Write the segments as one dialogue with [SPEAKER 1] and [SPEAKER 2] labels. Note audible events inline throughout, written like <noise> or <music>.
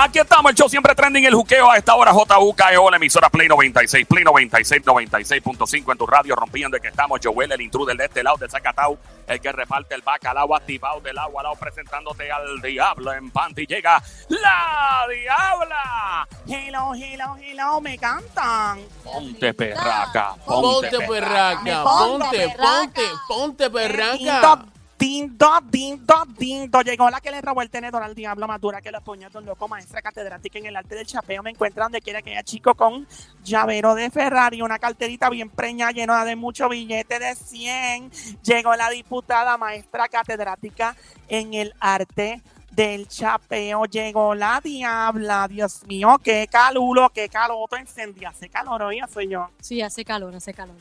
[SPEAKER 1] Aquí estamos, el show siempre trending, el juqueo a esta hora, JUKEO, la E, emisora Play 96, Play 96, 96.5 en tu radio, rompiendo el que estamos, Joel, el intruder de este lado, del Zacatau, el que reparte el bacalao, activado del agua, lado, presentándote al diablo en panty, llega la diabla.
[SPEAKER 2] Hello, hello, hello, me cantan.
[SPEAKER 1] Ponte perraca, ponte,
[SPEAKER 3] Ponte
[SPEAKER 1] perraca.
[SPEAKER 3] perraca,
[SPEAKER 2] Me pongo
[SPEAKER 3] ponte,
[SPEAKER 2] perraca.
[SPEAKER 3] ponte, ponte
[SPEAKER 2] Dindo,
[SPEAKER 3] perraca.
[SPEAKER 2] dindo, dindo, dindo. Llegó la que le robó el tenedor al diablo madura que los puñetos loco, maestra catedrática en el arte del chapeo. Me encuentra donde quiera que haya chico con llavero de Ferrari, una carterita bien preña llena de mucho billete de 100. Llegó la diputada maestra catedrática en el arte del chapeo. Llegó la diabla. Dios mío, qué calulo, qué caloto encendía. Hace calor hoy, soy yo.
[SPEAKER 4] Sí, hace calor, hace calor.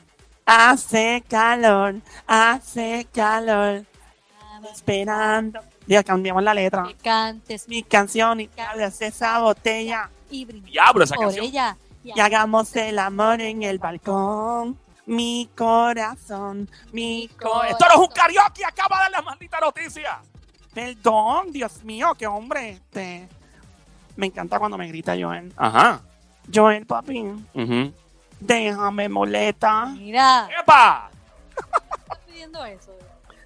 [SPEAKER 2] Hace calor, hace calor. esperando. Dios, cambiamos la letra.
[SPEAKER 1] Ah.
[SPEAKER 4] Que cantes
[SPEAKER 2] Mi canción y abras esa botella
[SPEAKER 4] y brindes
[SPEAKER 1] Diablo, esa
[SPEAKER 4] por
[SPEAKER 1] canción.
[SPEAKER 4] ella. Y
[SPEAKER 2] y hagamos el amor en el balcón. Mi corazón, mi corazón.
[SPEAKER 1] Esto no es un karaoke, acaba de la maldita noticia.
[SPEAKER 2] Perdón, Dios mío, qué hombre. Este. Me encanta cuando me grita Joel.
[SPEAKER 1] Ajá.
[SPEAKER 2] Joel, papi,
[SPEAKER 1] ujú.
[SPEAKER 2] déjame moleta.
[SPEAKER 1] Ah.
[SPEAKER 4] Mira,
[SPEAKER 1] ¡Epa!
[SPEAKER 4] estás pidiendo eso.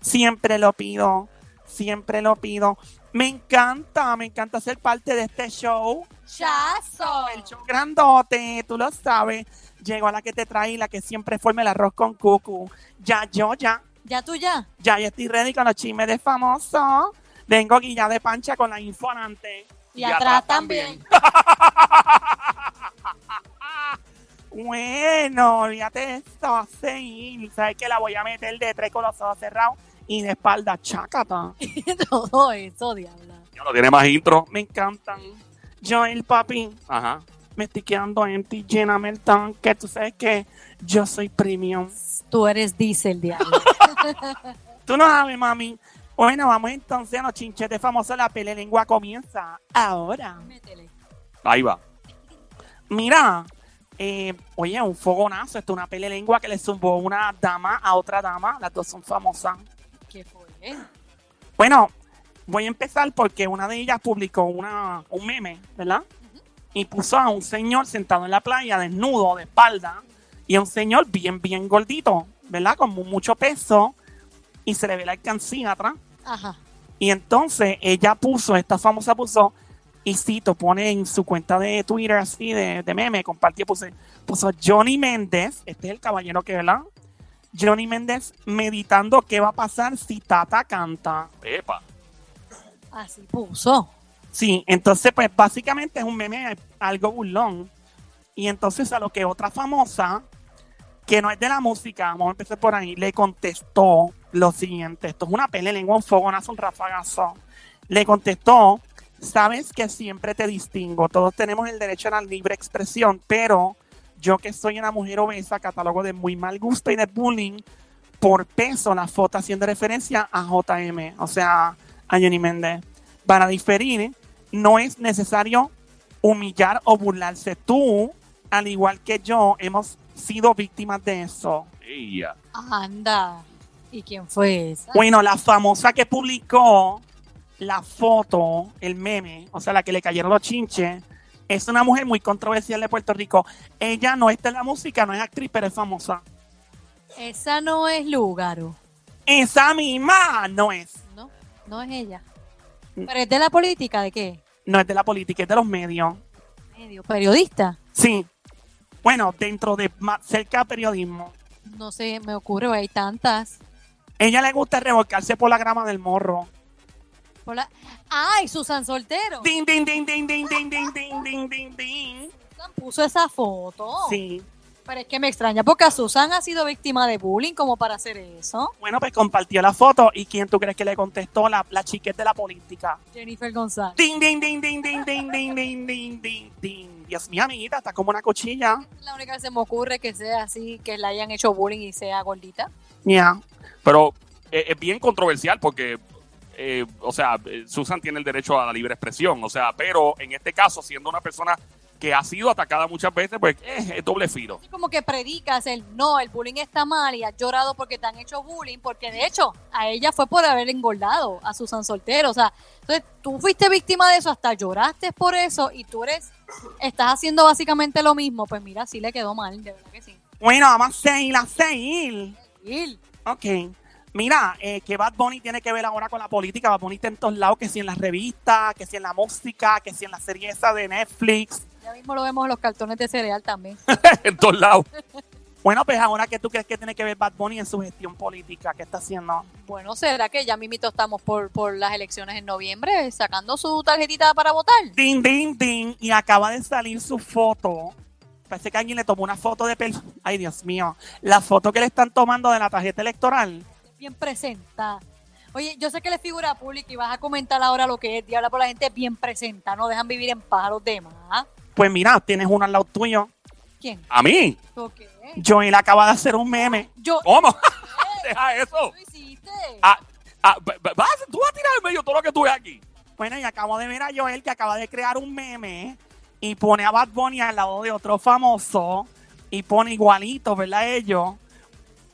[SPEAKER 2] Siempre lo pido, siempre lo pido. Me encanta, me encanta ser parte de este show.
[SPEAKER 4] Chazo.
[SPEAKER 2] El show grandote, tú lo sabes. Llegó a la que te trae, la que siempre forma el arroz con cucu. Ya, yo, ya,
[SPEAKER 4] Ya tú ya.
[SPEAKER 2] ya, ya estoy ready con los chismes de famoso. Vengo guilla de pancha con la informante.
[SPEAKER 4] Y,
[SPEAKER 1] Y
[SPEAKER 4] atrás
[SPEAKER 1] atrás
[SPEAKER 4] también.
[SPEAKER 2] Bueno, olvídate esto, a seguir. Sabes que la voy a meter de tres con los ojos cerrados y de espalda, chácata.
[SPEAKER 4] <laughs> Todo eso, diabla.
[SPEAKER 1] Ya no tiene más intro.
[SPEAKER 2] Me encantan. Yo, el papi,
[SPEAKER 1] Ajá.
[SPEAKER 2] me estoy quedando en ti, lléname el tanque. Tú sabes que yo soy premium.
[SPEAKER 4] Tú eres diésel,
[SPEAKER 1] <laughs>
[SPEAKER 4] diablo.
[SPEAKER 2] Tú no sabes, mami. Bueno, vamos entonces a los chinchetes famosos. La pelea lengua comienza ahora.
[SPEAKER 4] Métele.
[SPEAKER 1] Ahí va.
[SPEAKER 2] Mira, eh, oye, un fogonazo. Esto es una pelea lengua que le zumbó una dama a otra dama. Las dos son famosas.
[SPEAKER 4] ¿Qué fue?
[SPEAKER 2] Bueno, voy a empezar porque una de ellas publicó una, un meme, ¿verdad? Y puso a un señor sentado en la playa, desnudo, de espalda, y a un señor bien, bien gordito, ¿verdad? Con mu- mucho peso, y se le ve la alcancía atrás.
[SPEAKER 4] Ajá.
[SPEAKER 2] Y entonces ella puso, esta famosa puso, y cito, pone en su cuenta de Twitter así, de, de meme, compartió, puso, puso Johnny Méndez, este es el caballero que, ¿verdad? Johnny Méndez meditando qué va a pasar si Tata canta.
[SPEAKER 1] ¡Epa!
[SPEAKER 4] Así puso.
[SPEAKER 2] Sí, entonces pues básicamente es un meme algo burlón. Y entonces a lo que otra famosa, que no es de la música, vamos a empezar por ahí, le contestó lo siguiente. Esto es una pelea, lengua, un fogonazo, un rafagazo. Le contestó, sabes que siempre te distingo, todos tenemos el derecho a la libre expresión, pero yo que soy una mujer obesa, catálogo de muy mal gusto y de bullying, por peso la foto haciendo referencia a JM, o sea, a Johnny Méndez. Para diferir, no es necesario humillar o burlarse. Tú, al igual que yo, hemos sido víctimas de eso.
[SPEAKER 1] Ah. ¡Ella!
[SPEAKER 4] Anda. ¿Y quién fue esa?
[SPEAKER 2] Bueno, la famosa que publicó la foto, el meme, o sea, la que le cayeron los chinches, es una mujer muy controversial de Puerto Rico. Ella no está en la música, no es actriz, pero es famosa.
[SPEAKER 4] Esa no es Lugaro.
[SPEAKER 2] Esa misma no es.
[SPEAKER 4] No, no es ella.
[SPEAKER 1] Mm.
[SPEAKER 4] ¿Pero es de la política? ¿De qué?
[SPEAKER 2] No es de la política, es de los medios.
[SPEAKER 4] Medio periodista.
[SPEAKER 2] Sí. Bueno, dentro de más cerca de periodismo.
[SPEAKER 4] No sé, me ocurre, hay tantas.
[SPEAKER 2] Ella le gusta revolcarse por la grama del morro.
[SPEAKER 4] Hola. ¡Ay, Susan Soltero!
[SPEAKER 2] Ding, ding, ding, ding, ding, ding, ding, ding, ding, ding, ding.
[SPEAKER 4] Susan puso esa foto.
[SPEAKER 2] Sí.
[SPEAKER 4] Pero es que me extraña porque Susan ha sido víctima de bullying como para hacer eso.
[SPEAKER 2] Bueno, pues compartió la foto. ¿Y quién tú crees que le contestó? La, la chiqueta de la política.
[SPEAKER 4] Jennifer González.
[SPEAKER 2] Ding, ding, ding, ding, ding, ding, ding, ding, ding, ding, ding. Dios mío, amiguita, está como una cuchilla.
[SPEAKER 4] La única que se me ocurre que sea así, que la hayan hecho bullying y sea gordita.
[SPEAKER 2] Ya.
[SPEAKER 1] Pero eh, es bien controversial porque, eh, o sea, eh, Susan tiene el derecho a la libre expresión, o sea, pero en este caso, siendo una persona que ha sido atacada muchas veces, pues eh, es doble filo. <laughs>
[SPEAKER 4] Es como que predicas el no, el bullying está mal y has llorado porque te han hecho bullying, porque de hecho a ella fue por haber engordado a Susan Soltero. O sea, entonces tú fuiste víctima de eso, hasta lloraste por eso y tú eres, estás haciendo básicamente lo mismo. Pues mira, sí le quedó mal, de verdad que sí.
[SPEAKER 2] Bueno, vamos a seguir, a seguir.
[SPEAKER 4] Gil,
[SPEAKER 2] Ok. Mira, eh, que Bad Bunny tiene que ver ahora con la política. Bad Bunny está en todos lados, que si en las revistas, que si en la música, que si en la serie esa de Netflix.
[SPEAKER 4] Ya mismo lo vemos en los cartones de cereal también.
[SPEAKER 1] en todos lados.
[SPEAKER 2] Bueno, pues ahora que tú crees que tiene que ver Bad Bunny en su gestión política, ¿qué está haciendo?
[SPEAKER 4] Bueno, ¿será que ya mismito estamos por, por las elecciones en noviembre sacando su tarjetita para votar?
[SPEAKER 2] Din, din, din. Y acaba de salir su foto. Parece que alguien le tomó una foto de perfil. Ay, Dios mío. La foto que le están tomando de la tarjeta electoral.
[SPEAKER 4] Bien presenta. Oye, yo sé que le figura pública y vas a comentar ahora lo que es. Diabla por la gente bien presenta, no dejan vivir en paz a los demás.
[SPEAKER 2] Pues mira, tienes uno al lado tuyo.
[SPEAKER 4] ¿Quién?
[SPEAKER 1] A mí.
[SPEAKER 4] ¿Tú qué?
[SPEAKER 2] Joel acaba de hacer un meme.
[SPEAKER 4] Yo.
[SPEAKER 1] ¿Cómo? <laughs> Deja eso.
[SPEAKER 4] ¿Lo hiciste?
[SPEAKER 1] Oh, Ah, ah, va- va- vas- tú vas a tirar al medio todo lo que tú ves aquí.
[SPEAKER 2] Bueno, y acabo de ver a Joel que acaba de crear un meme y pone a Bad Bunny al lado de otro famoso y pone igualito, ¿verdad? Ellos.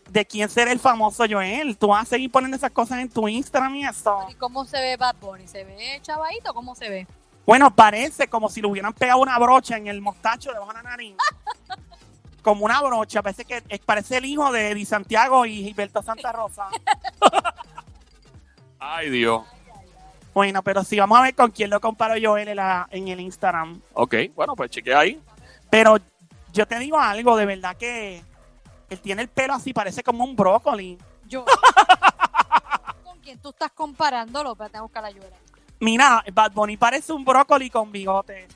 [SPEAKER 2] ¿De quién será el famoso Joel? ¿Tú vas a seguir poniendo esas cosas en tu Instagram y eso?
[SPEAKER 4] ¿Y cómo se ve Bad Bunny? ¿Se ve chavadito? ¿Cómo se ve?
[SPEAKER 2] Bueno, parece como si le hubieran pegado una brocha en el mostacho debajo de la nariz. Como una brocha, parece que eh, parece el hijo de Eddie Santiago y Gilberto Santa Rosa.
[SPEAKER 1] Ay, Dios.
[SPEAKER 2] Bueno, pero sí, vamos a ver con quién lo comparo Joel en, la- en el Instagram.
[SPEAKER 1] Ok, bueno, pues chequea ahí.
[SPEAKER 2] Pero yo te digo algo, de verdad que él tiene el pelo así, parece como un brócoli.
[SPEAKER 4] Yo. ¿Con quién tú estás comparándolo? Espérate, tengo que buscar la llora.
[SPEAKER 2] Mira, Bad Bunny parece un brócoli con bigote.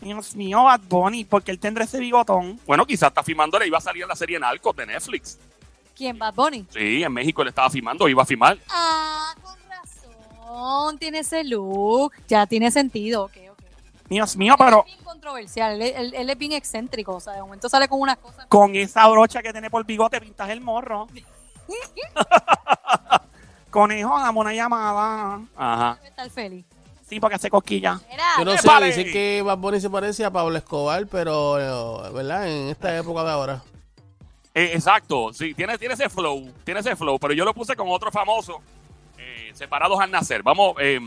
[SPEAKER 2] Dios mío, Bad Bunny, porque él tendrá ese bigotón.
[SPEAKER 1] Bueno, quizás está filmándole, iba a salir en la serie Narcos de Netflix.
[SPEAKER 4] ¿Quién? Bad Bunny.
[SPEAKER 1] Sí, en México le estaba filmando, iba a filmar.
[SPEAKER 4] Ah, con razón. Tiene ese look. Ya tiene sentido. Ok, ok.
[SPEAKER 2] Dios mío, pero
[SPEAKER 4] Es bien controversial. Él, él- él es bien excéntrico. O sea, de momento sale con unas cosas.
[SPEAKER 2] con esa brocha que tiene por bigote pintas
[SPEAKER 4] <laughs>
[SPEAKER 2] el morro. Conejo, dame una llamada.
[SPEAKER 1] Ajá.
[SPEAKER 4] Debe estar feliz.
[SPEAKER 2] Sí, porque hace cosquilla.
[SPEAKER 4] Mira,
[SPEAKER 3] Yo no sé,
[SPEAKER 1] ¡Épale!
[SPEAKER 3] dicen que Bad Bunny se parece a Pablo Escobar, pero, eh, ¿verdad? En esta época de ahora.
[SPEAKER 1] Eh, exacto, sí, tiene, tiene ese flow, tiene ese flow, pero yo lo puse con otro famoso, eh, separados al nacer. Vamos, eh,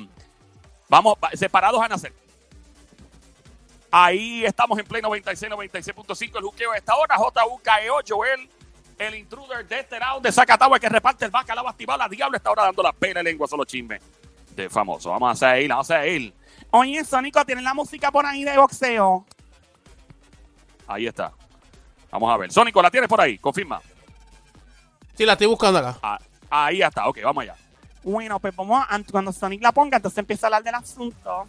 [SPEAKER 1] vamos, va- separados al nacer. Ahí estamos en Play 96, 96.5, el juqueo a esta hora, JUKEO, E Joel, el intruder de este lado de Zacatagua que reparte el bacalao activado, la diabla está ahora dando la pena y lengua solo chisme de famoso. Vamos a hacer él, vamos a hacer él.
[SPEAKER 2] Oye, Sónico, ¿tienes la música por ahí de boxeo?
[SPEAKER 1] Ahí está. Vamos a ver. Sónico, ¿la tienes por ahí? Confirma.
[SPEAKER 3] Sí, la estoy buscando acá.
[SPEAKER 1] Ah, ahí está, ok, vamos allá.
[SPEAKER 2] Bueno, pues vamos a, ant- cuando Sonic la ponga, entonces empieza a hablar del asunto.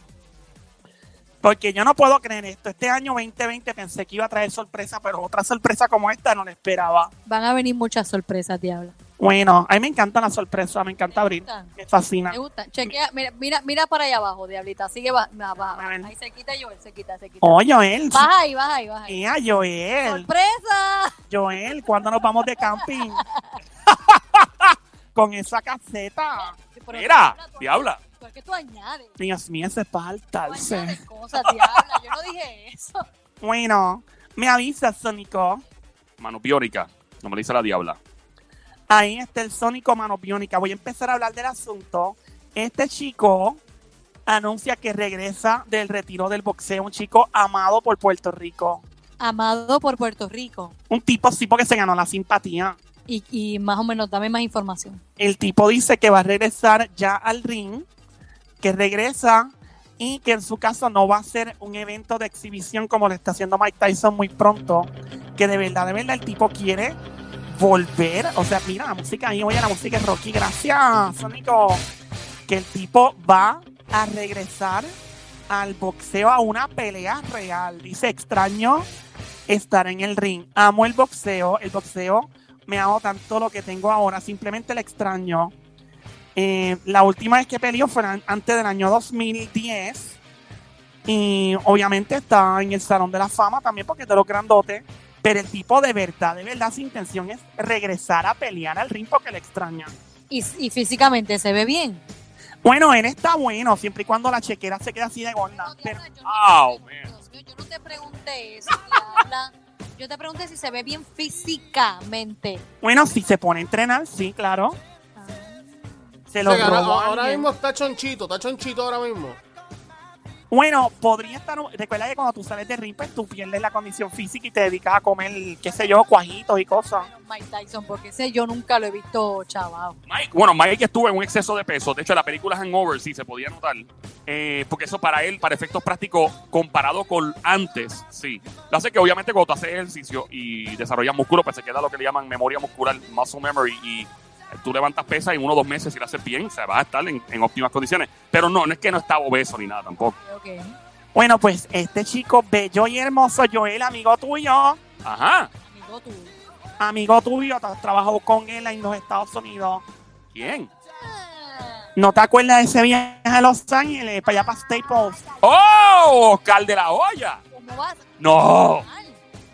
[SPEAKER 2] Porque yo no puedo creer esto. Este año 2020 pensé que iba a traer sorpresa, pero otra sorpresa como esta no la esperaba.
[SPEAKER 4] van a venir muchas sorpresas, diabla.
[SPEAKER 2] Bueno, a mí me encantan las sorpresas, me encanta abrir.
[SPEAKER 4] gustan?
[SPEAKER 2] Me fascina.
[SPEAKER 4] Me gusta. Chequea, mira, mira, mira para allá abajo, diablita. Sigue ba- ba- ba-
[SPEAKER 2] A ver.
[SPEAKER 4] Ahí se quita Joel, se quita, se quita.
[SPEAKER 2] Oye, Joel.
[SPEAKER 4] Baja ahí, baja ahí, baja ahí.
[SPEAKER 2] Mira, Joel.
[SPEAKER 4] ¡Sorpresa!
[SPEAKER 2] Joel, ¿cuándo nos vamos de camping? Con esa caseta.
[SPEAKER 4] Pero
[SPEAKER 1] Mira,
[SPEAKER 4] tú-
[SPEAKER 1] diabla.
[SPEAKER 4] ¿Por qué tú añades? Tú
[SPEAKER 2] Dios mío, ese es para hartarse.
[SPEAKER 4] añades cosas, diabla. Yo no dije eso.
[SPEAKER 2] Bueno, me avisa, Sónico.
[SPEAKER 1] Mano biónica. No me lo dice la diabla.
[SPEAKER 2] Ahí está el Sónico Mano Biónica. Voy a empezar a hablar del asunto. Este chico anuncia que regresa del retiro del boxeo, un chico amado por Puerto Rico.
[SPEAKER 4] Amado por Puerto Rico.
[SPEAKER 2] Un tipo sí porque se ganó la simpatía.
[SPEAKER 4] Y, y más o menos, dame más información.
[SPEAKER 2] El tipo dice que va a regresar ya al ring, que regresa y que en su caso no va a ser un evento de exhibición como lo está haciendo Mike Tyson muy pronto. Que de verdad, de verdad, el tipo quiere volver. O sea, mira la música ahí, oye, la música es Rocky. Gracias, Sónico. Que el tipo va a regresar al boxeo a una pelea real. Dice, extraño estar en el ring. Amo el boxeo. El boxeo me hago tanto lo que tengo ahora, simplemente le extraño. Eh, la última vez que peleó fue an- antes del año 2010 y obviamente está en el Salón de la Fama también porque es de los grandotes, pero el tipo de verdad, de verdad su intención es regresar a pelear al ring porque le extraña.
[SPEAKER 4] Y, y físicamente se ve bien.
[SPEAKER 2] Bueno, él está bueno, siempre y cuando la chequera se queda así de gorda.
[SPEAKER 4] No,
[SPEAKER 2] Pero
[SPEAKER 4] Diana, yo,
[SPEAKER 1] Ah,
[SPEAKER 4] no te pregunté-
[SPEAKER 1] man.
[SPEAKER 4] Dios mío, yo no te pregunté eso, diabla. Yo te pregunté si se ve bien físicamente.
[SPEAKER 2] bueno, si se pone a entrenar, sí, claro.
[SPEAKER 4] Ah.
[SPEAKER 2] Se
[SPEAKER 3] O
[SPEAKER 2] lo
[SPEAKER 3] sea, que ahora,
[SPEAKER 2] robó a
[SPEAKER 3] ahora
[SPEAKER 2] alguien.
[SPEAKER 3] mismo está chonchito, está chonchito ahora mismo.
[SPEAKER 2] Bueno, podría estar. Recuerda que cuando tú sales de Rimper, tú pierdes la condición física y te dedicas a comer, qué sé yo, cuajitos y cosas.
[SPEAKER 4] Menos Mike Tyson, porque ese yo nunca lo he visto chaval.
[SPEAKER 1] Mike, bueno, Mike estuvo en un exceso de peso. De hecho, la película Hangover sí se podía notar. Eh, porque eso para él, para efectos prácticos, comparado con antes, sí. Lo hace que obviamente cuando tú haces ejercicio y desarrollas músculo, pues se queda lo que le llaman memoria muscular, muscle memory, y tú levantas pesas y en uno o dos meses, si lo haces bien, se va a estar en, en óptimas condiciones. Pero no, no es que no estaba obeso ni nada tampoco.
[SPEAKER 4] Creo que
[SPEAKER 2] Bueno, pues este chico bello y hermoso, Joel, amigo tuyo,
[SPEAKER 1] Ajá.
[SPEAKER 4] amigo tú.
[SPEAKER 2] amigo tuyo, tra- trabajó con él en los Estados Unidos.
[SPEAKER 1] ¿Quién?
[SPEAKER 4] Ah,
[SPEAKER 2] ¿No te acuerdas de ese viaje a Los Ángeles, para allá para Staples?
[SPEAKER 1] ¡Oh! Oscar de la olla.
[SPEAKER 4] ¿Cómo vas?
[SPEAKER 3] Oh.
[SPEAKER 1] No.
[SPEAKER 4] Mal.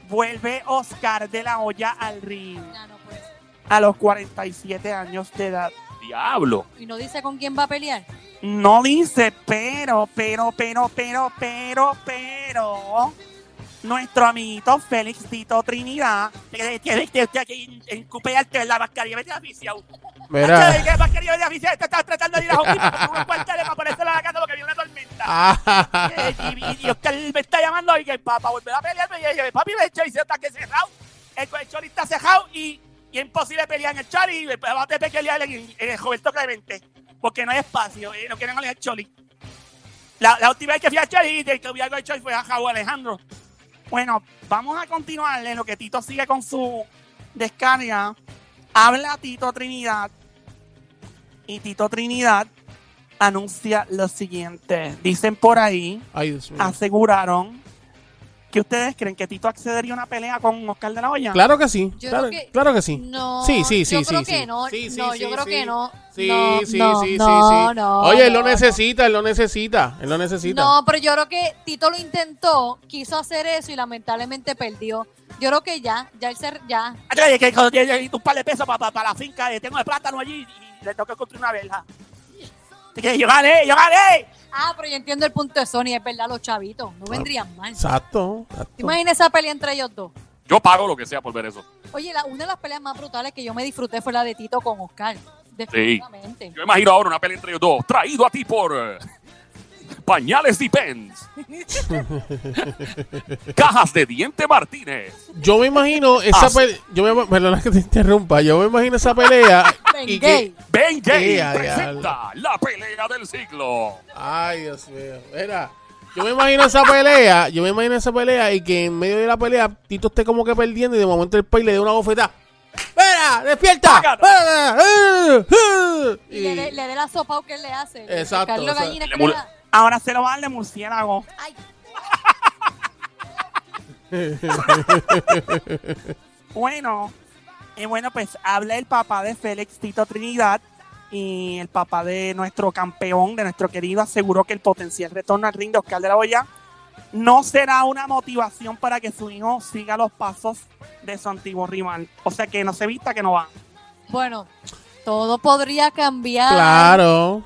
[SPEAKER 2] Vuelve Oscar de la olla al ring
[SPEAKER 4] Ya no pues. puede ser.
[SPEAKER 2] a los 47 años de edad.
[SPEAKER 1] Diablo.
[SPEAKER 4] Y no dice con quién va a pelear.
[SPEAKER 2] No dice, pero, pero, pero, pero, pero, pero. Nuestro amiguito Félix Tito Trinidad. Tiene tiene- tiene- tiene que encupearte la mascarilla. Vete a afición.
[SPEAKER 3] Mira.
[SPEAKER 2] ¿Qué mascarilla? Vete a afición. Te estás tratando de ir a Hockey para un cuartel para ponerse la casa porque viene una
[SPEAKER 3] Ah,
[SPEAKER 2] tormenta.
[SPEAKER 3] <laughs>
[SPEAKER 2] Eh, Y, y, y Oscar me está llamando y que para, volver a pelearme. Y yo, papi, el chori está que cerrado. El, el chori está cerrado y, y es imposible pelear en el chori. Y después va a tener que pelear en, en el Roberto Clemente. Porque no hay espacio. eh, no quieren hablar del chori. La, la última vez que fui al chori, el que hubiera con el chori fue a Raúl Alejandro. Bueno, vamos a continuar en lo que Tito sigue con su descarga. Habla Tito Trinidad. Y Tito Trinidad anuncia lo siguiente. Dicen por ahí
[SPEAKER 3] Ay, Dios mío.
[SPEAKER 2] aseguraron que ustedes creen que Tito accedería a una pelea con Oscar de la Hoya.
[SPEAKER 3] Claro que sí.
[SPEAKER 4] Yo
[SPEAKER 3] Claro,
[SPEAKER 4] creo que-
[SPEAKER 3] claro que sí.
[SPEAKER 4] No.
[SPEAKER 3] Sí, sí, sí,
[SPEAKER 4] Yo creo
[SPEAKER 3] sí,
[SPEAKER 4] que
[SPEAKER 3] sí.
[SPEAKER 4] no.
[SPEAKER 3] Sí, sí,
[SPEAKER 4] no,
[SPEAKER 3] sí,
[SPEAKER 4] yo creo
[SPEAKER 3] sí.
[SPEAKER 4] que no.
[SPEAKER 3] Sí,
[SPEAKER 4] no,
[SPEAKER 3] sí,
[SPEAKER 4] no,
[SPEAKER 3] sí, sí,
[SPEAKER 4] no,
[SPEAKER 3] sí.
[SPEAKER 4] No,
[SPEAKER 3] Oye, él lo
[SPEAKER 4] no,
[SPEAKER 3] necesita, él lo necesita, él lo necesita.
[SPEAKER 4] No, pero yo creo que Tito lo intentó, quiso hacer eso y lamentablemente perdió. Yo creo que ya, ya él se, ya,
[SPEAKER 2] Ay, que- que- que- que- un par de pesos para la finca, eh, tengo de plátano allí y le tengo que construir una verja. Así que Yo gané, yo gané.
[SPEAKER 4] Ah, pero yo entiendo el punto de Sony, es verdad, los chavitos no vendrían mal. ¿Te
[SPEAKER 3] Ah, Exacto, exacto.
[SPEAKER 4] imaginas esa pelea entre ellos dos?
[SPEAKER 1] Yo pago lo que sea por ver eso.
[SPEAKER 4] Oye, la- una de las peleas más brutales que yo me disfruté fue la de Tito con Oscar. Definitivamente.
[SPEAKER 1] Yo imagino ahora una pelea entre ellos dos, traído a ti por eh, Pañales
[SPEAKER 3] <laughs>
[SPEAKER 1] Depends. Cajas de Diente Martínez.
[SPEAKER 3] Yo me imagino esa
[SPEAKER 1] Ah, sí.
[SPEAKER 3] pelea, yo me perdona que te interrumpa, yo me imagino
[SPEAKER 4] <laughs>
[SPEAKER 3] esa pelea y que
[SPEAKER 4] Vengué.
[SPEAKER 1] Ben Gay
[SPEAKER 3] Ea,
[SPEAKER 1] presenta la pelea del siglo.
[SPEAKER 3] Ay, Dios mío. Mira, yo me imagino esa pelea, yo me imagino esa pelea y que en medio de la pelea Tito esté como que perdiendo y de momento el país le dé una bofetada. ¡Mira! ¡Despierta! ¡Mira! ¡Eh! ¡Eh!
[SPEAKER 4] Y le, de- le dé la sopa que él le hace.
[SPEAKER 3] Exacto,
[SPEAKER 4] Carlos
[SPEAKER 3] o sea,
[SPEAKER 4] Gallina,
[SPEAKER 1] le
[SPEAKER 4] que
[SPEAKER 1] mol-
[SPEAKER 4] era-
[SPEAKER 2] Ahora se lo va a dar de murciélago.
[SPEAKER 4] Ay,
[SPEAKER 2] Bueno, y bueno, pues habla el papá de Félix Tito Trinidad y el papá de nuestro campeón, de nuestro querido, aseguró que el potencial retorno al ring de Oscar de la Hoya no será una motivación para que su hijo siga los pasos de su antiguo rival. O sea, que no se vista, que no va.
[SPEAKER 4] bueno, todo podría cambiar.
[SPEAKER 3] Claro.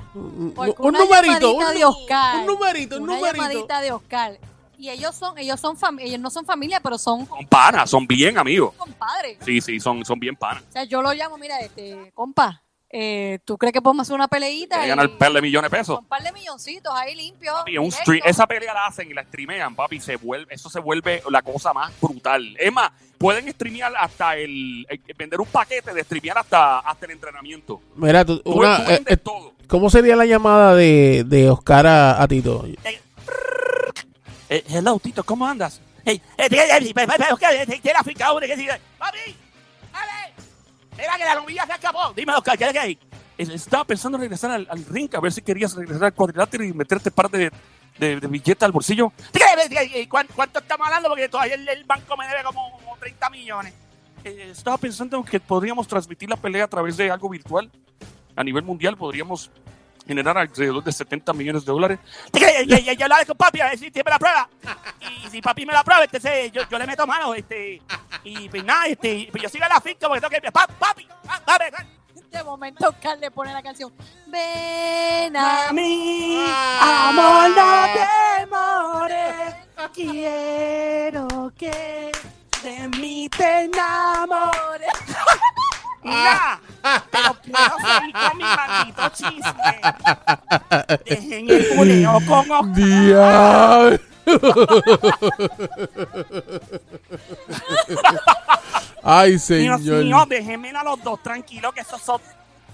[SPEAKER 4] Porque
[SPEAKER 3] Un,
[SPEAKER 4] una
[SPEAKER 3] numerito,
[SPEAKER 4] llamadita
[SPEAKER 3] un,
[SPEAKER 4] de Oscar,
[SPEAKER 3] un numerito, un
[SPEAKER 4] una
[SPEAKER 3] numerito.
[SPEAKER 4] llamadita de Oscar. Y ellos son, ellos son, fam- ellos no son familia, pero son
[SPEAKER 1] Son panas, son bien amigos.
[SPEAKER 4] compadres.
[SPEAKER 1] Sí, sí, son, son bien panas.
[SPEAKER 4] O sea, yo lo llamo, mira, este, compa, eh, ¿tú crees que podemos hacer una peleita?
[SPEAKER 1] Quieren ganar
[SPEAKER 4] y-
[SPEAKER 1] un par de millones de pesos.
[SPEAKER 4] Con un par de milloncitos ahí limpios.
[SPEAKER 1] Papi, es un
[SPEAKER 4] directo.
[SPEAKER 1] stream- esa pelea la hacen y la streamean, papi, se vuelve, eso se vuelve la cosa más brutal. Es más, pueden streamear hasta el, eh, vender un paquete de streamear hasta, hasta el entrenamiento.
[SPEAKER 3] Mira, tú-
[SPEAKER 1] Tú-
[SPEAKER 3] una,
[SPEAKER 1] tú vendes
[SPEAKER 3] eh, eh,
[SPEAKER 1] todo.
[SPEAKER 3] ¿cómo sería la llamada de, de Oscar a, a Tito?
[SPEAKER 2] Eh, hello, Tito, ¿cómo andas? Hey, eh, eh, eh, eh, eh, eh, Oscar, eh, eh, tiene la finca hombre, que dice, ¡Papi! ¡Ale! ¡Mira que la novilla se acabó! Dime, Oscar, ¿qué es que hay?
[SPEAKER 1] Eh, Estaba pensando en regresar al, al ring, a ver si querías regresar al cuadrilátero y meterte parte de, de, de billete al bolsillo.
[SPEAKER 2] Dígame, dígame, ¿y cuán- ¿Cuánto estamos hablando? Porque todavía el, el banco me debe como, como 30 millones.
[SPEAKER 1] Eh, estaba pensando que podríamos transmitir la pelea a través de algo virtual. A nivel mundial podríamos generar alrededor de 70 millones de dólares.
[SPEAKER 2] Dígame, y- y- y- Yo hablaré con papi a ver si tiene la prueba. Y si papi me la prueba, entonces yo, yo le meto mano. Este, y pues nada, este, pues yo sigo a la finca porque tengo que... pa- Papi, pa- papi,
[SPEAKER 4] De momento Oscar le pone la canción. Ven a
[SPEAKER 2] A mí,
[SPEAKER 3] Ah.
[SPEAKER 2] amor, no temores. Quiero que de mí te <laughs> enamores. Mira, pero puedo seguir con mi maldito chisme. Dejen el culeo con Oscar.
[SPEAKER 3] Diablo. Ay,
[SPEAKER 2] Dios
[SPEAKER 3] señor.
[SPEAKER 2] mío, déjenme a los dos tranquilos, que esos son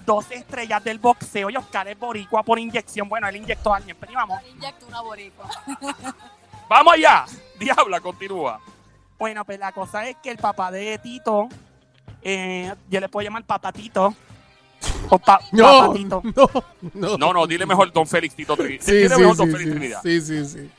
[SPEAKER 2] dos estrellas del boxeo y Oscar es boricua por inyección. Bueno, él inyectó a alguien, pero íbamos.
[SPEAKER 4] Inyecta una boricua.
[SPEAKER 1] Vamos allá. <laughs> Diabla, continúa.
[SPEAKER 2] Bueno, pues la cosa es que el papá de Tito, eh, yo le puedo llamar papatito. O pa-
[SPEAKER 3] No,
[SPEAKER 2] papatito.
[SPEAKER 3] no, no.
[SPEAKER 1] No, no, dile mejor Don Félix Tito Trinidad.
[SPEAKER 3] Sí,
[SPEAKER 1] dile
[SPEAKER 3] sí,
[SPEAKER 1] mejor
[SPEAKER 3] sí,
[SPEAKER 1] Don
[SPEAKER 3] sí,
[SPEAKER 1] Félix Trinidad.
[SPEAKER 3] sí, sí, sí.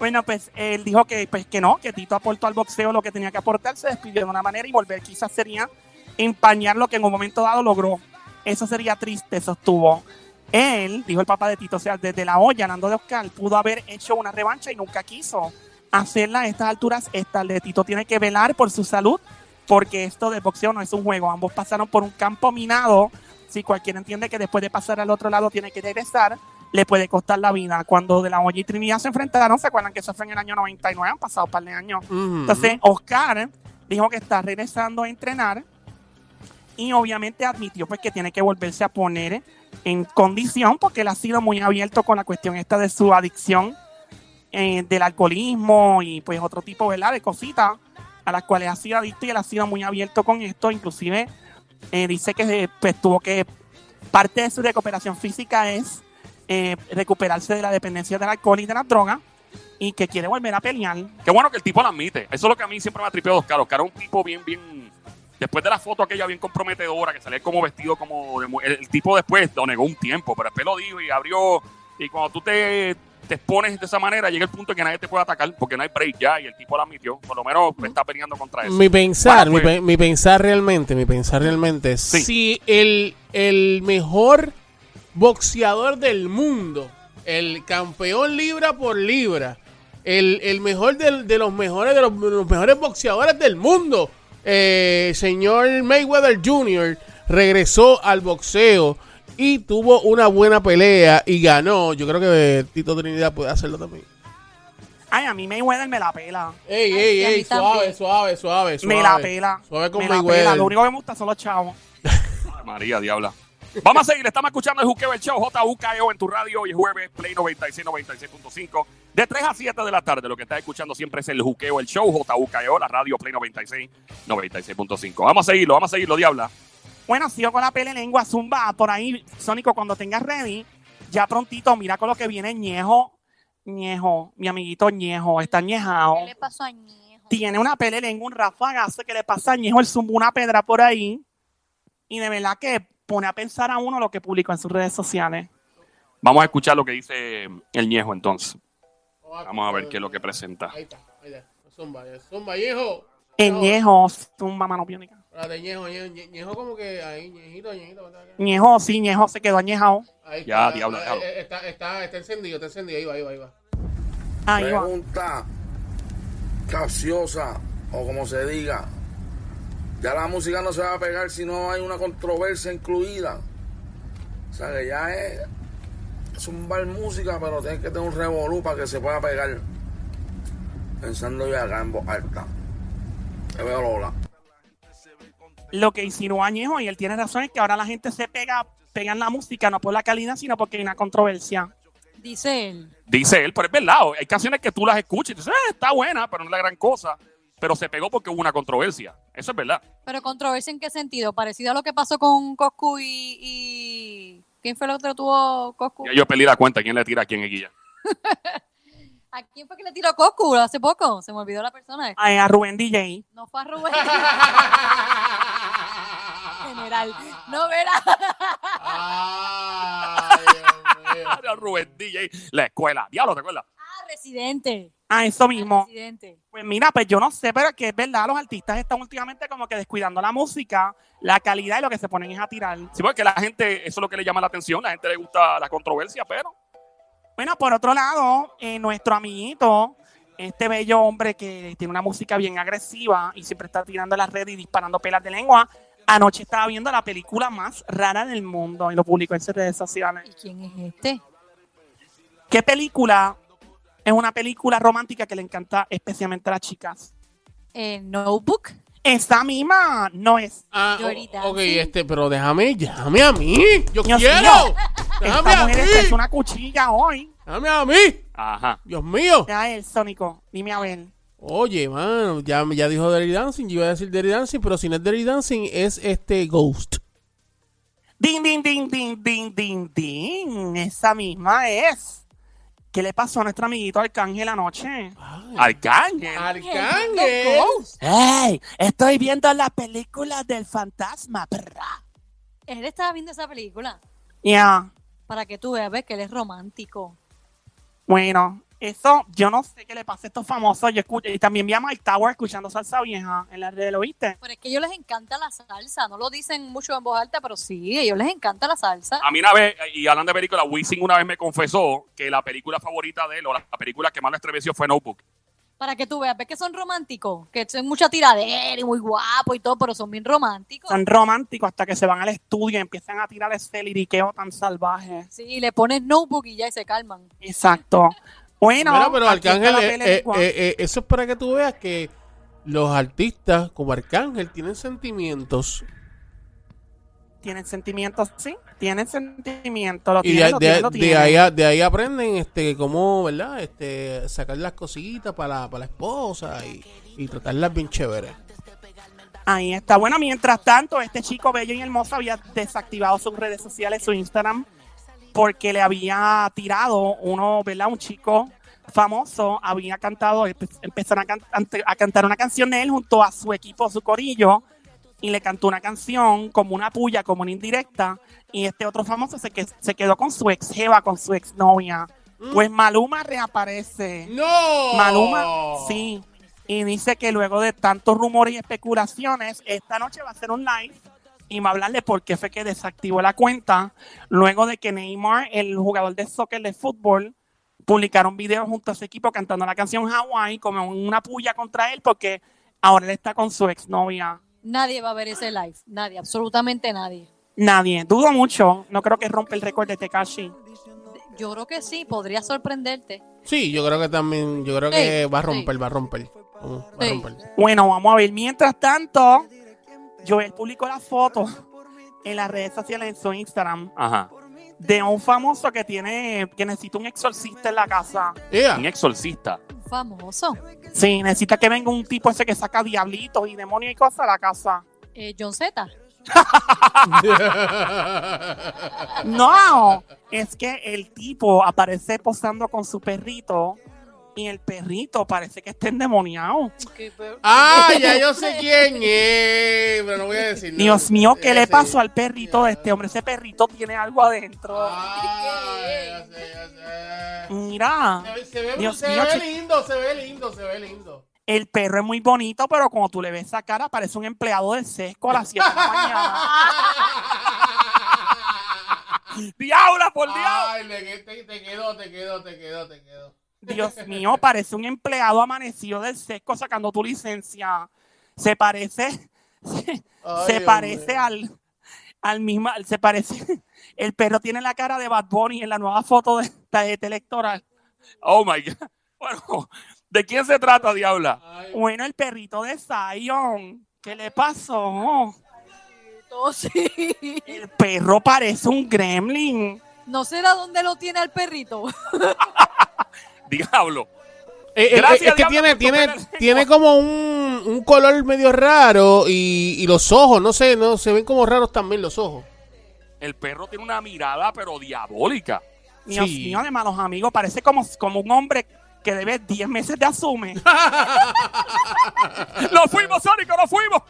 [SPEAKER 2] Bueno, pues él dijo que, pues, que no, que Tito aportó al boxeo lo que tenía que aportar, se despidió de una manera y volver quizás sería empañar lo que en un momento dado logró. Eso sería triste, sostuvo. Él, dijo el papá de Tito, o sea, desde la olla, Nando de Oscar, pudo haber hecho una revancha y nunca quiso hacerla a estas alturas. Esta el de Tito tiene que velar por su salud, porque esto de boxeo no es un juego. Ambos pasaron por un campo minado. Si cualquiera entiende que después de pasar al otro lado tiene que regresar, le puede costar la vida. Cuando de la olla y Trinidad se enfrentaron, ¿se acuerdan que eso fue en el año 99? Han pasado un par de años.
[SPEAKER 3] Ujú.
[SPEAKER 2] Entonces, Oscar dijo que está regresando a entrenar y obviamente admitió pues que tiene que volverse a poner en condición porque él ha sido muy abierto con la cuestión esta de su adicción eh, del alcoholismo y pues otro tipo ¿verdad? de cositas a las cuales ha sido adicto y él ha sido muy abierto con esto. Inclusive eh, dice que eh, pues, tuvo que parte de su recuperación física es eh, recuperarse de la dependencia del alcohol y de las drogas y que quiere volver a pelear
[SPEAKER 1] Qué bueno que el tipo la admite. Eso es lo que a mí siempre me ha tripeado Oscar. Oscar es un tipo bien, bien. Después de la foto aquella bien comprometedora, que salía como vestido como. de mu- el, el tipo después lo negó un tiempo, pero después lo dijo y abrió. Y cuando tú te, te expones de esa manera, llega el punto en que nadie te puede atacar porque no hay break ya y el tipo la admitió. Por lo menos está peleando contra eso.
[SPEAKER 3] Mi pensar,
[SPEAKER 1] Bueno,
[SPEAKER 3] mi
[SPEAKER 1] pues.
[SPEAKER 3] pe- mi, pensar realmente, mi pensar realmente.
[SPEAKER 1] Sí.
[SPEAKER 3] Si el, el mejor boxeador del mundo, el campeón libra por libra, el, el mejor del- de los mejores de los, de los mejores boxeadores del mundo, eh, señor Mayweather Jr. regresó al boxeo y tuvo una buena pelea y ganó. Yo creo que eh, Tito Trinidad puede hacerlo también.
[SPEAKER 2] Ay, a mí Mayweather me la pela.
[SPEAKER 3] Ey,
[SPEAKER 4] Ay,
[SPEAKER 3] ey,
[SPEAKER 4] y a mí
[SPEAKER 3] ey, suave,
[SPEAKER 4] también.
[SPEAKER 3] suave, suave, suave.
[SPEAKER 2] me la pela.
[SPEAKER 3] Suave con
[SPEAKER 2] me la
[SPEAKER 3] Mayweather.
[SPEAKER 2] pela. Lo único que me gusta son los chavos.
[SPEAKER 1] Ay, María, diabla. Vamos a seguir, estamos escuchando el Juqueo, el show JUKEO E en tu radio hoy es jueves, Play 96, 96.5, de 3 a 7 de la tarde. Lo que estás escuchando siempre es el Juqueo, el show JUKEO, E la radio Play 96, 96.5. Vamos a seguirlo, vamos a seguirlo, diabla.
[SPEAKER 2] Bueno, sigo con la pele lengua, zumba por ahí. Sónico, cuando tengas ready, ya prontito, mira con lo que viene Ñejo. Ñejo, mi amiguito Ñejo, está ñejado.
[SPEAKER 4] ¿Qué le pasó a Ñejo?
[SPEAKER 2] Tiene una pele lengua, un rafagazo que le pasa a Ñejo, el zumbó una pedra por ahí. Y de verdad que pone a pensar a uno lo que publicó en sus redes sociales.
[SPEAKER 1] Vamos a escuchar lo que dice el Ñejo entonces. Vamos a ver qué es lo que presenta.
[SPEAKER 3] Ahí está, ahí está. Zumba, zumba, Ñejo.
[SPEAKER 2] El Ñejo, zumba mano biónica.
[SPEAKER 3] Espérate, Ñejo, Ñejo, Ñe- Ñejo como que ahí, Ñejito, Ñejito. vente acá.
[SPEAKER 2] Ñejo, sí, Ñejo se quedó añejado.
[SPEAKER 3] Ahí
[SPEAKER 1] Ya,
[SPEAKER 3] está,
[SPEAKER 1] diablo,
[SPEAKER 3] eh,
[SPEAKER 1] déjalo.
[SPEAKER 3] eh, Está, está, está encendido, está encendido, ahí va, ahí va, ahí
[SPEAKER 2] <laughs>
[SPEAKER 3] va.
[SPEAKER 2] Ahí va.
[SPEAKER 5] pregunta capciosa o como se diga. Ya la música no se va a pegar si no hay una controversia incluida. O sea que ya es zumbar música, pero tienes que tener un revolú para que se pueda pegar. Pensando yo acá en voz alta. Te veo Lola.
[SPEAKER 2] lo que insinuó Añejo, y él tiene razón, es que ahora la gente se pega, pega en la música, no por la calidad, sino porque hay una controversia.
[SPEAKER 4] Dice él.
[SPEAKER 1] Dice él, pero es verdad, hay canciones que tú las escuchas y dices, "Eh, está buena, pero no es la gran cosa. Pero se pegó porque hubo una controversia. Eso es verdad.
[SPEAKER 4] Pero controversia en qué sentido? Parecido a lo que pasó con Coscu y. y- ¿Quién fue el otro que tuvo Coscu?
[SPEAKER 1] Ya yo perdí la cuenta, quién le tira a quién es Guilla. <laughs>
[SPEAKER 4] ¿A quién fue que le tiró Coscu hace poco? Se me olvidó la persona.
[SPEAKER 1] Ah.
[SPEAKER 2] A, a Rubén DJ.
[SPEAKER 4] No fue a Rubén. <laughs> General. No verá.
[SPEAKER 3] Ay, Dios mío.
[SPEAKER 1] Ah, Rubén DJ, la escuela. Diablo, ¿te acuerdas?
[SPEAKER 4] Ah, residente.
[SPEAKER 2] A eso mismo.
[SPEAKER 4] Residente.
[SPEAKER 2] Pues mira, pues yo no sé, pero es que es verdad, los artistas están últimamente como que descuidando la música, la calidad y lo que se ponen es a tirar.
[SPEAKER 1] Sí, porque la gente, eso es lo que le llama la atención, la gente le gusta la controversia, pero
[SPEAKER 2] Bueno, por otro lado, eh, nuestro amiguito, este bello hombre que tiene una música bien agresiva y siempre está tirando las redes y disparando pelas de lengua, Anoche estaba viendo la película más rara del mundo y lo publicó en sus redes sociales.
[SPEAKER 4] ¿Y quién es este?
[SPEAKER 2] ¿Qué película es una película romántica que le encanta especialmente a las chicas?
[SPEAKER 4] Eh, notebook.
[SPEAKER 2] Esa misma no es.
[SPEAKER 3] Ah,
[SPEAKER 4] Dirty
[SPEAKER 3] o- ok,
[SPEAKER 4] Dancing.
[SPEAKER 3] este, pero déjame, déjame a mí. Yo
[SPEAKER 2] Dios
[SPEAKER 3] quiero.
[SPEAKER 2] mío.
[SPEAKER 3] Déjame
[SPEAKER 2] Esta
[SPEAKER 3] a
[SPEAKER 2] mujer es
[SPEAKER 3] mí.
[SPEAKER 2] una cuchilla hoy.
[SPEAKER 3] Déjame a mí.
[SPEAKER 1] Ajá.
[SPEAKER 3] Dios mío.
[SPEAKER 2] Ya el Sónico, dime a ver.
[SPEAKER 3] Oye, mano, ya, ya dijo Dirty Dancing. Yo iba a decir Dirty Dancing, pero si no es Dirty Dancing, es este Ghost.
[SPEAKER 2] Ding, ding, ding, ding, ding, ding, ding. Esa misma es. ¿Qué le pasó a nuestro amiguito Arcángel anoche?
[SPEAKER 1] Arcángel.
[SPEAKER 3] Arcángel.
[SPEAKER 2] ¡Ey! Estoy viendo las películas del fantasma, perra.
[SPEAKER 4] Él estaba viendo esa película
[SPEAKER 2] Ya.
[SPEAKER 4] para que tú veas ves, que él es romántico.
[SPEAKER 2] Bueno, eso, yo no sé qué le pasa a estos famosos. Yo escucho, y también vi a Mike Tower escuchando salsa vieja en la red, ¿lo viste?
[SPEAKER 4] Pero es que a ellos les encanta la salsa. No lo dicen mucho en voz alta, pero sí, a ellos les encanta la salsa.
[SPEAKER 1] A mí una vez, y hablando de película, Wisin una vez me confesó que la película favorita de él o la película que más le estremeció fue Notebook.
[SPEAKER 4] Para que tú veas ves, que son románticos. Que son mucha tiradera y muy guapo y todo, pero son bien románticos.
[SPEAKER 2] Son románticos hasta que se van al estudio y empiezan a tirar ese liriqueo tan salvaje.
[SPEAKER 4] Sí, y le pones notebook y ya y se calman.
[SPEAKER 2] Exacto. Bueno,
[SPEAKER 3] Mira, pero
[SPEAKER 2] aquí está
[SPEAKER 3] Arcángel,
[SPEAKER 2] la
[SPEAKER 3] eh, eh,
[SPEAKER 2] película.
[SPEAKER 3] eh, eh, eso es para que tú veas que los artistas como Arcángel tienen sentimientos.
[SPEAKER 2] tienen sentimientos, sí, tienen sentimientos, lo
[SPEAKER 3] Y
[SPEAKER 2] tienen,
[SPEAKER 3] de,
[SPEAKER 2] lo
[SPEAKER 3] de-
[SPEAKER 2] tienen, lo
[SPEAKER 3] de
[SPEAKER 2] tienen.
[SPEAKER 3] ahí, a- de ahí aprenden este cómo, ¿verdad? Este, sacar las cositas para, para la esposa y, y tratarlas bien chéveres.
[SPEAKER 2] Ahí está. Bueno, mientras tanto, este chico bello y hermoso había desactivado sus redes sociales, su Instagram, porque le había tirado uno, ¿verdad? Un chico famoso había cantado, empe- empezaron a, can- ante- a cantar una canción de él junto a su equipo, su corillo, y le cantó una canción como una puya, como una indirecta, y este otro famoso se, que, se quedó con su ex jeva, con su ex novia. Pues Maluma reaparece.
[SPEAKER 3] ¡No! Oh.
[SPEAKER 2] Maluma, sí. Y dice que luego de tantos rumores y especulaciones, esta noche va a hacer un live y va a hablarle por qué fue que desactivó la cuenta. Luego de que Neymar, el jugador de soccer de fútbol, publicaron videos junto a su equipo cantando la canción Hawaii como una puya contra él porque ahora él está con su exnovia.
[SPEAKER 4] Nadie va a ver ese live. Nadie, absolutamente nadie.
[SPEAKER 2] Nadie, dudo mucho. No creo que rompa el récord de Tekashi.
[SPEAKER 4] Yo creo que sí, podría sorprenderte.
[SPEAKER 3] Sí, yo creo que también, yo creo
[SPEAKER 4] Sí,
[SPEAKER 3] que va a
[SPEAKER 4] sí.
[SPEAKER 3] romper, va a romper. Vamos, va a
[SPEAKER 4] Sí.
[SPEAKER 3] romper.
[SPEAKER 2] Bueno, vamos a ver. Mientras tanto, Joel publicó la foto en las redes sociales, en su Instagram,
[SPEAKER 1] Ajá.
[SPEAKER 2] de un famoso que tiene, que necesita un exorcista en la casa.
[SPEAKER 3] Yeah.
[SPEAKER 1] Un exorcista.
[SPEAKER 4] Un famoso.
[SPEAKER 2] Sí, necesita que venga un tipo ese que saca diablitos y demonios y cosas a la casa.
[SPEAKER 4] Eh, John Z.
[SPEAKER 2] No, es que el tipo aparece posando con su perrito y el perrito parece que está endemoniado.
[SPEAKER 3] <laughs> ah, ya yo sé quién es, pero no voy a decir nada.
[SPEAKER 2] Dios mío, ¿qué
[SPEAKER 3] Eh,
[SPEAKER 2] le
[SPEAKER 3] sí.
[SPEAKER 2] pasó al perrito de este hombre? Ese perrito tiene algo adentro.
[SPEAKER 3] Ah, ya sé, ya sé.
[SPEAKER 2] Mira.
[SPEAKER 3] Se ve- Se ve,
[SPEAKER 2] Dios
[SPEAKER 3] se
[SPEAKER 2] mío,
[SPEAKER 3] ve
[SPEAKER 2] chi-
[SPEAKER 3] lindo, se ve lindo, se ve lindo.
[SPEAKER 2] El perro es muy bonito, pero cuando tú le ves esa cara, parece un empleado del sesco a las 7 de la mañana.
[SPEAKER 1] ¡Diabla, por Dios!
[SPEAKER 3] Ay, le que- te, te quedó, te quedó, te quedó, te quedó.
[SPEAKER 2] Dios mío, parece un empleado amanecido del sesco sacando tu licencia. Se parece, se,
[SPEAKER 3] Ay,
[SPEAKER 2] se
[SPEAKER 3] Dios
[SPEAKER 2] parece
[SPEAKER 3] mío.
[SPEAKER 2] al, al mismo, al- se parece. El perro tiene la cara de Bad Bunny en la nueva foto de la de electoral.
[SPEAKER 1] Oh my God. Bueno, ¿de quién se trata, Diabla?
[SPEAKER 3] Ay,
[SPEAKER 2] Bueno, el perrito de Zion. ¿Qué le pasó?
[SPEAKER 4] Sí.
[SPEAKER 2] El perro parece un gremlin.
[SPEAKER 4] No será dónde lo tiene el perrito.
[SPEAKER 1] Diablo.
[SPEAKER 3] Eh, eh,
[SPEAKER 1] Gracias,
[SPEAKER 3] eh, es que
[SPEAKER 1] diablo,
[SPEAKER 3] tiene,
[SPEAKER 1] por
[SPEAKER 3] tiene,
[SPEAKER 1] tocar el-
[SPEAKER 3] tiene como un, un color medio raro y, y los ojos, no sé, no se ven como raros también los ojos.
[SPEAKER 1] El perro tiene una mirada, pero diabólica.
[SPEAKER 2] Dios
[SPEAKER 3] Sí.
[SPEAKER 2] mío, de malos amigos. Parece como, como un hombre que debe 10 meses de asume.
[SPEAKER 1] ¡Nos fuimos, Sónico, nos fuimos!